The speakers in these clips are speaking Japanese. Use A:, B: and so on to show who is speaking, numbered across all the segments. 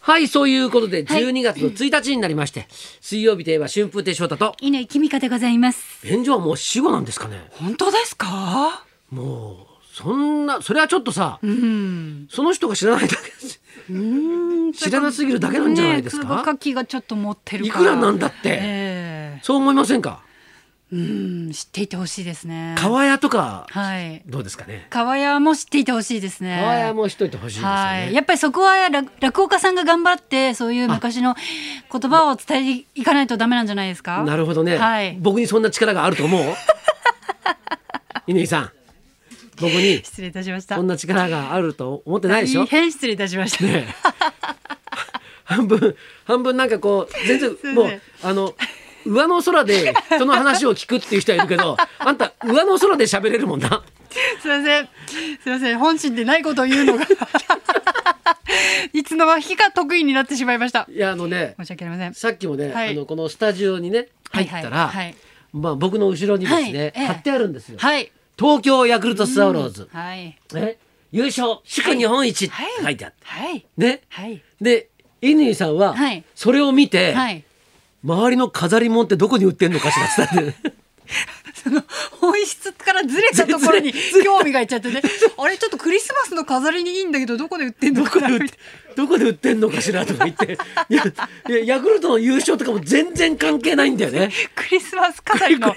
A: はい、そういうことで、12月の1日になりまして、水曜日といえば春風亭昇太と、
B: 犬井君香でございます。
A: 炎上はもう死後なんですかね。
B: 本当ですか。
A: もう、そんな、それはちょっとさ、
B: うん。
A: その人が知らないだけです。知らなすぎるだけなんじゃないです
B: ねえ空母
A: か。
B: 書きがちょっと持ってる
A: い
B: から。
A: くらなんだっ
B: え
A: て、
B: え
A: そう思いませんか。
B: うん、知っていてほしいですね。
A: 川屋とか、
B: はい。
A: どうですかね。
B: 川屋も知っていてほしいですね。
A: 川屋もしといてほしいですよ
B: はい、
A: ね。
B: やっぱりそこはら落語家さんが頑張ってそういう昔の言葉を伝えていかないとダメなんじゃないですか
A: なるほどね、
B: はい
A: 僕にそんな力があると思う。 犬井さん、僕に
B: 失礼いたしました
A: そんな力があると思ってないでしょ
B: 大。変失礼いたしました、
A: ね半分半分なんかこう全然もうあの上の空で人の話を聞くっていう人はいるけどあんた上の空で喋れるもんな
B: すいません。すいません。本心でないことを言うの が。いつの間にか得意になってしまいました。
A: いやあのね
B: 申し訳ありません。
A: さっきもね、
B: はい
A: あのこのスタジオにね入ったら、
B: はいはい
A: まあ、僕の後ろにです
B: はい
A: ね、
B: ええ
A: 貼ってあるんですよ、
B: はい。
A: 東京ヤクルトスワローズ、
B: はい。
A: ね優勝祝日本一って
B: はい。
A: 書いてあって、
B: はい。
A: ね
B: はい。
A: で乾さんは
B: はい
A: それを見て、
B: はい。
A: 周りの飾り物ってどこに売ってんのかしらって言って
B: その本質からずれたところに興味がいっちゃってね。あれちょっとクリスマスの飾りにいいんだけどどこで売ってんのかな みたい
A: どこで売ってんのかしらとか言っていやいやヤクルトの優勝とかも全然関係ないんだよ ね。
B: な。クリスマス飾りの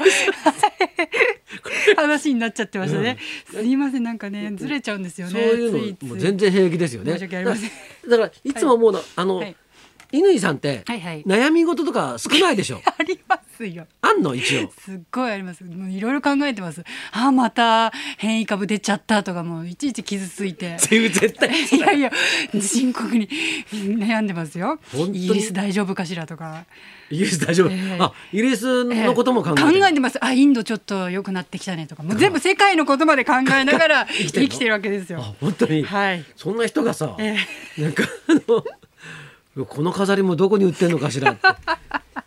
B: 話になっちゃってましたね。すいませんなんかねずれちゃうんですよ
A: そう
B: ね。
A: いう
B: つい
A: の
B: つ
A: も
B: いう
A: 全然平気ですよね。
B: 申し訳ありませ
A: だ
B: ん
A: からだからいつも思うの、あの、
B: はい
A: 乾さんって、
B: はいはい
A: 悩み事とか少ないでしょ。
B: ありますよ。
A: あんの一 応。。
B: すっごいあります。もういろいろ考えてます。ああ、また変異株出ちゃったとか、もういちいち傷ついて
A: 絶対。
B: いやいや、深刻に 悩んでますよ。
A: 本当に
B: イギリス大丈夫かしらとか。
A: イギリス大丈夫。
B: ええ
A: あイギリスのことも考えてる。
B: 考えてます。あ、インドちょっと良くなってきたねとか、もう全部世界のことまで考えな がら生
A: きてんの
B: きてるわけですよ
A: あ。本当に。
B: はい。
A: そんな人がさ、
B: え
A: なんかあのこの飾りもどこに売ってんのかしらって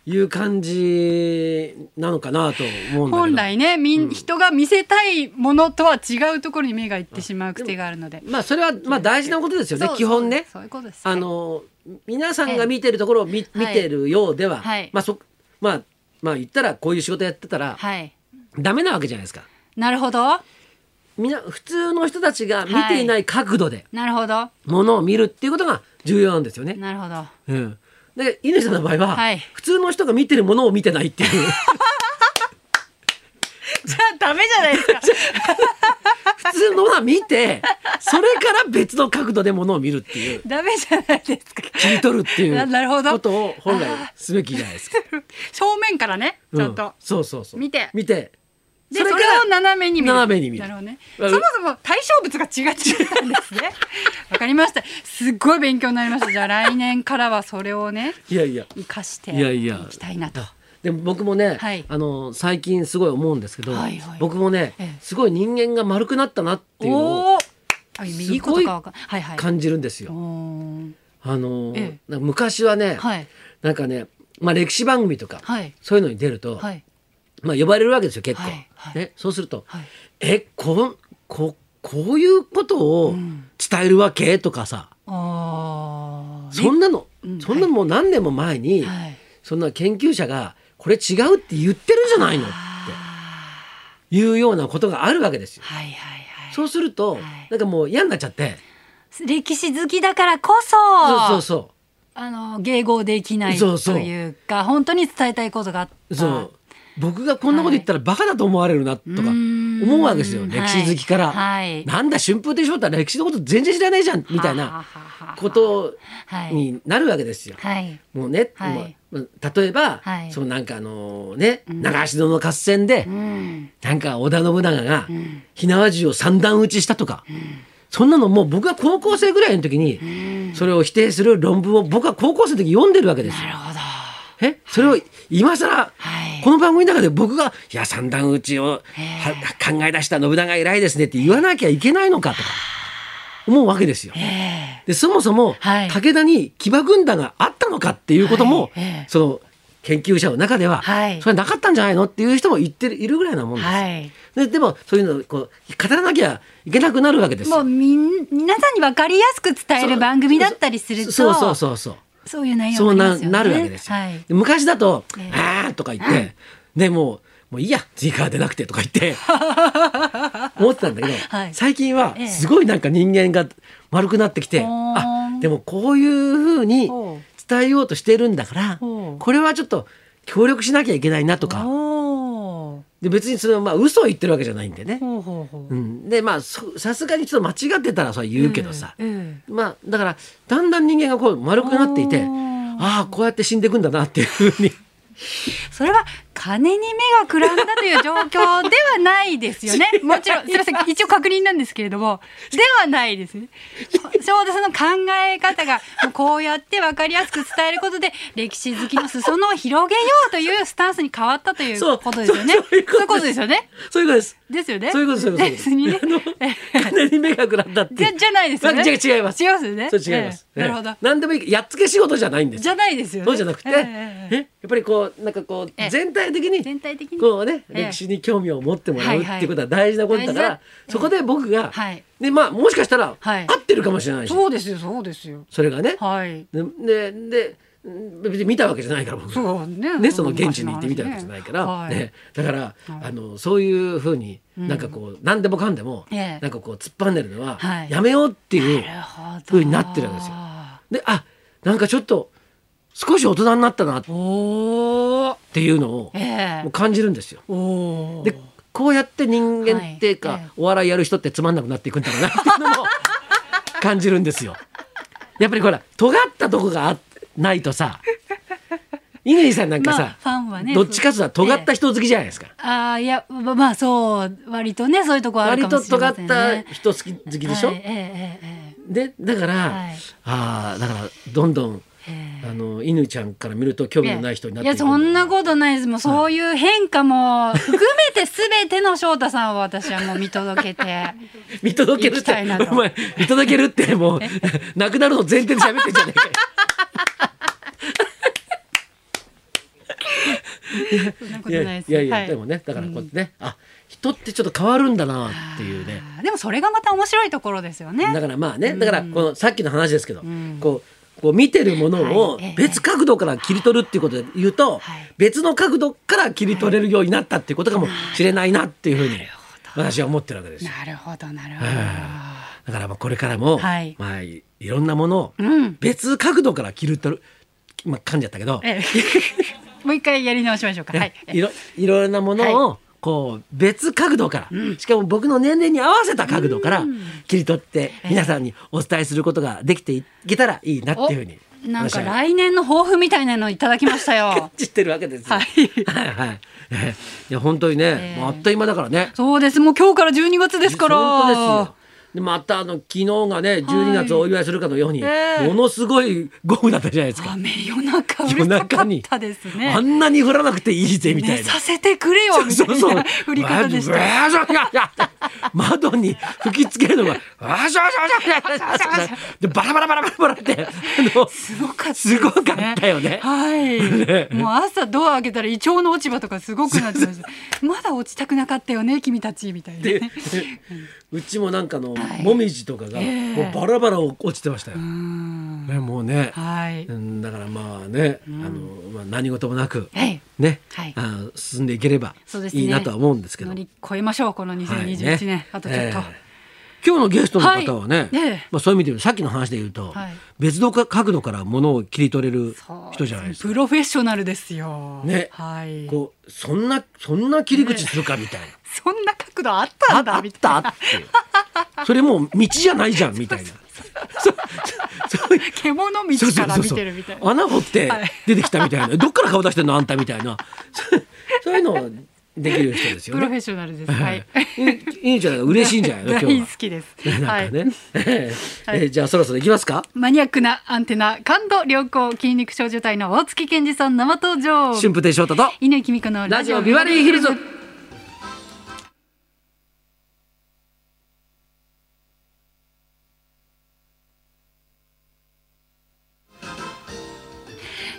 A: いう感じなのかなと思うんだけど
B: 本来ね、みん、人が見せたいものとは違うところに目がいってしまう癖があるので。
A: まあそれはまあ大事なことですよね
B: そう
A: 基本ね
B: そうそういうことです。
A: あの皆さんが見てるところを見,、
B: え
A: 見てるようでは、
B: はい
A: まあそまあまあ言ったらこういう仕事やってたら
B: はい。
A: ダメなわけじゃないですか。
B: なるほど。
A: みんな普通の人たちが見ていない角度で
B: なるほど。
A: ものを見るっていうことが重要なんですよね。
B: なる ほど。
A: うん。で、犬さんの場合は、
B: はい
A: 普通の人が見てるものを見てないって いう。
B: じゃあダメじゃないですか。
A: 普通のは見て、それから別の角度でものを見るっていう、
B: ダメじゃないですか。
A: 切り取るってい
B: ななるほ
A: う
B: ど
A: ことを本来すべきじゃないですか。
B: 正面からね、ちょっ
A: うん
B: と。
A: そうそうそう。
B: 見て
A: 見て。
B: で、それを斜めに見る。
A: 斜めに見る
B: なるほどね。
A: あ
B: そもそも対象物が違っちゃったんで すね。わかりました。すっごい勉強になりました。じゃあ来年からはそれをね、
A: いやいや。
B: 生かして
A: いやいや
B: いきたいなと。
A: でも僕もね、
B: はい
A: あの最近すごい思うんですけど、
B: はいはい
A: 僕もね、
B: ええ
A: すごい人間が丸くなったなっていうのを
B: おおー。あ、いいことかわかん。はいはい。
A: 感じるんですよ。
B: おー
A: あの、
B: え
A: なんか昔はね、
B: はい
A: なんかね、まあ歴史番組とか、
B: はい
A: そういうのに出ると、
B: はい
A: まあ呼ばれるわけですよ結構、
B: はいはい
A: ね、そうすると「
B: はい
A: えこんここういうことを伝えるわけ?」とかさ
B: あー
A: そんなの、
B: うん
A: そんなもう何年も前に、
B: はい
A: そんな研究者が「これ違う」って言ってるんじゃないのっていうようなことがあるわけですよ。
B: はいはいはい。
A: そうすると、
B: い
A: なんかもう嫌になっちゃって
B: 歴史好きだからこそ
A: そうそうそ
B: あの迎合できない
A: そうそう
B: というか本当に伝えたいことがあった
A: うそう僕がこんなこと言ったらバカだと思われるなとか思うわけですよ
B: うーん
A: 歴史好きから。
B: はい
A: なんだ春風亭昇太歴史のこと全然知らないじゃんみたい
B: はは
A: な
B: はは
A: こと
B: はい
A: になるわけですよ。
B: はい
A: もうね、
B: はい
A: まあ例えば、
B: はい
A: そのなんかあのね、長篠の合戦で、
B: うん
A: なんか織田信長が火縄銃を三段撃ちしたとか、そんなのもう僕が高校生ぐらいの時に、それを否定する論文を僕は高校生の時読んでるわけですよ。
B: なるほど
A: えそれを今更、
B: はい
A: この番組の中で僕が「いや三段撃ちをは
B: へ
A: 考え出した信長偉いですね」って言わなきゃいけないのかとか思うわけですよ。
B: ええ
A: でそもそも
B: はい
A: 武田に騎馬軍団があったのかっていうことも、
B: はいええ
A: その研究者の中では、
B: はい
A: それはなかったんじゃないのっていう人も言ってるいるぐらいなもんです。
B: はい。
A: ででもそういうのをこう語らなきゃいけなくなるわけですよ
B: もうみん皆さんに分かりやすく伝える番組だったりすると、
A: そうそうそうそう
B: そういう内
A: そ
B: 容
A: う
B: にな
A: な
B: りますよね。
A: なるわけですよ。
B: はい。
A: で昔だと「
B: ええ
A: あー」とか言って「でもうもういいや次から出なくて」とか言って 思ってたんだけど、
B: はい
A: 最近は
B: ええ
A: すごいなんか人間が丸くなってきて、
B: ほーん
A: あでもこういうふうに
B: ほ
A: 伝えようとしてるんだから
B: ほ
A: こ
B: う
A: れはちょっと協力しなきゃいけないなとか
B: おー
A: で別にそれはまあ嘘を言ってるわけじゃないんでね。
B: ほうほうほ
A: う
B: う。
A: ん、でまあそさすがにちょっと間違ってたらそれは言うけどさ、
B: えええ
A: まあだからだんだん人間がこう丸くなっていて
B: おー
A: ああこうやって死んでいくんだなっていうふうに。
B: えそれは金に目がくらんだという状況ではないです よね。もちろん、すみません、一応確認なんですけれども、ではないですね。翔太さんの考え方が、もうこうやって分かりやすく伝えることで、歴史好きの裾野を広げようというスタンスに変わったという
A: そう
B: ことですよね。
A: そうそういうことです
B: そういうことですよね。
A: そういうことです。
B: ですよね。
A: そういうことです。そういうことです
B: 別にね。
A: あのかなり目がくらんだって。
B: じゃ、じゃないですよね。
A: じゃ違います。
B: 違いますよね。
A: そう違います。
B: ええなるほど
A: ええ。何でもいい。やっつけ仕事じゃないんです。
B: じゃないですよね。
A: そうじゃなくて、
B: え
A: え
B: えええ
A: やっぱりこうなんかこ
B: ええ
A: う全体的に
B: 全体的に。
A: こうね
B: ええ
A: 歴史に興味を持ってもらうっ
B: は
A: て
B: いはい
A: いうことは大事なことだか
B: 大事だ
A: ら、そこで僕が
B: はい
A: でまあもしかしたら
B: はい
A: 合ってるかもしれないし、
B: そうですよ、そうですよ。
A: それがね。
B: はい。
A: ででで別に見たわけじゃないから僕。
B: そうね。
A: ね、その現地に行ってみたわけじゃないから、
B: はい
A: ね、だから、あのそういうふうになんかこう、何でもかんでも、
B: ええ
A: なんかこう突っ張ねるのは
B: はい
A: やめようっていう、
B: なるほど。
A: ふうになってるわけですよであなんかちょっと少し大人になったなっ
B: おお。
A: ていうのを
B: え
A: も
B: え
A: う。感じるんですよ。
B: おお。
A: でこうやって人間っていうか、
B: はいええ
A: お笑いやる人ってつまんなくなっていくんだろうなっていうのも感じるんですよ。やっぱりほら尖ったとこがあないとさ乾さんなんかさ、
B: まあファンはね
A: どっちかというと尖った人好きじゃないですか。
B: ああ、いや、ままあ、そう、割とね、そういうとこあ
A: 割
B: るかも
A: と
B: しれ
A: 尖
B: ま
A: っ
B: せんね。
A: た人好き好きでしょ、
B: はいえええええ
A: でだから、
B: はい
A: ああだからどんどん
B: えええ
A: あの犬ちゃんから見ると興味のない人になってい
B: や
A: く
B: そんなことないですもうそういう変化も 含めて全ての翔太さんを私はもう見届けて
A: 見届けるっ
B: 行きた
A: て
B: いなと
A: お前見届けるって もうなくなるの前提で喋ってんじゃねえかよ
B: そんなこ
A: い
B: と
A: や
B: ないです
A: いやいや、
B: はい
A: でもねだからこうやってね、あ人ってちょっと変わるんだなっていうね
B: あーでもそれがまた面白いところですよね
A: だからまあねだからこのさっきの話ですけど、
B: ん
A: こうこう見てるものを
B: はいええ
A: 別角度から切り取るっていうことで言うと、
B: はい
A: 別の角度から切り取れるようになったっていうことかもしれないなっていうふうに私は思ってるわけですよ。
B: なるほどなるほど、
A: だからまあこれからも、
B: はい
A: まあいろんなものを
B: うん
A: 別角度から切り取る、まあ噛んじゃったけど、
B: え えもう一回やり直しましょうかはい
A: ね いろいろんなものをこう別角度から、しかも僕の年齢に合わせた角度から切り取って皆さんにお伝えすることができていけたらいいなっていうふうに
B: おなんか
A: 私は
B: 来年の抱負みたいなのいただきました よ
A: 知ってるわけですよ。
B: はい
A: はいはいええいや本当にね、
B: ええ
A: もうあっという間だからね。
B: そうですもう今日から12月ですから
A: 本当ですよ。でまたあの昨日がね12月をお祝いするかのように、
B: ええ
A: ものすごい豪雨だったじゃないですか。
B: 雨夜中う
A: 夜
B: るさか
A: 中
B: っ
A: に
B: たです
A: あ
B: ね
A: んなに降らなくていいぜみた
B: 寝
A: いな。
B: させてくれよみた
A: そうそ
B: いう な。振り方でした
A: わじゃわじゃわじゃ窓に吹きつけるのが、わじゃわじゃわじゃわじゃわじゃで、バラバラバラバラバラって、あの、
B: すごかったですね
A: すごかったよ ね。
B: はい。もう朝ドア開けたらイチョウの落ち葉とかすごくなって ました。まだ落ちたくなかったよね、君たちみたいな
A: で
B: ね。
A: うちもなんかの、
B: はい
A: もみじとかが、
B: ええ
A: もうバラバラ落ちてましたよ。
B: うーん
A: ね、もうね、
B: はい。
A: うんだからまあね、あの、まあ、何事もなく、
B: はい
A: ね、
B: はい
A: あの進んでいければ
B: そうですね
A: いいなとは思うんですけど。
B: 乗り越えましょう、この
A: はい
B: 2021
A: ね
B: 年。あとちょ
A: え
B: っと。
A: え今日のゲストの方はね、
B: はいええ
A: まあ、そういう意味で言うとさっきの話で言うと、
B: はい
A: 別の角度からものを切り取れる
B: そう
A: 人じゃないですか。
B: プロフェッショナルですよ。
A: ね
B: はい。
A: こうそんなそんな切り口するかみたいな、
B: そんな角度あった
A: あ
B: ん
A: ったあ
B: だ
A: っ
B: みた
A: たっ
B: いな。
A: ていうそれもう道じゃないじゃんみたいなそそう
B: 獣
A: そう
B: 道
A: そ
B: か
A: う
B: ら
A: そう
B: 見
A: そ
B: てるみたいうな。
A: 穴掘って
B: はい
A: 出てきたみたいな、どっから顔出してんのあんたみたいな そそういうのをできる人ですよ
B: プロフ
A: ね。
B: ェッショナルです。はい。
A: いいんじゃない嬉しいんじゃないの今日
B: 大
A: は。
B: 好。きです
A: な
B: は
A: ん
B: い
A: か。ね、 えーえーじゃあそろそろ行きますか。
B: マニアックなアンテナ感度良好筋肉少女隊の大月健二さん生登場
A: 春風亭昇太と
B: 犬木美子の
A: ラジオビバリーヒルズ。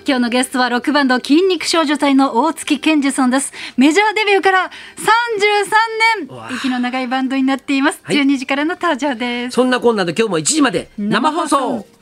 B: 今日のゲストはロックバンド筋肉少女隊の大月健二さんですメジャーデビューから33
A: うわ
B: 年息の長いバンドになっています
A: い
B: 12時からの登場です
A: そんなこんなで今日も1時まで生放
B: 生放
A: 送
B: 送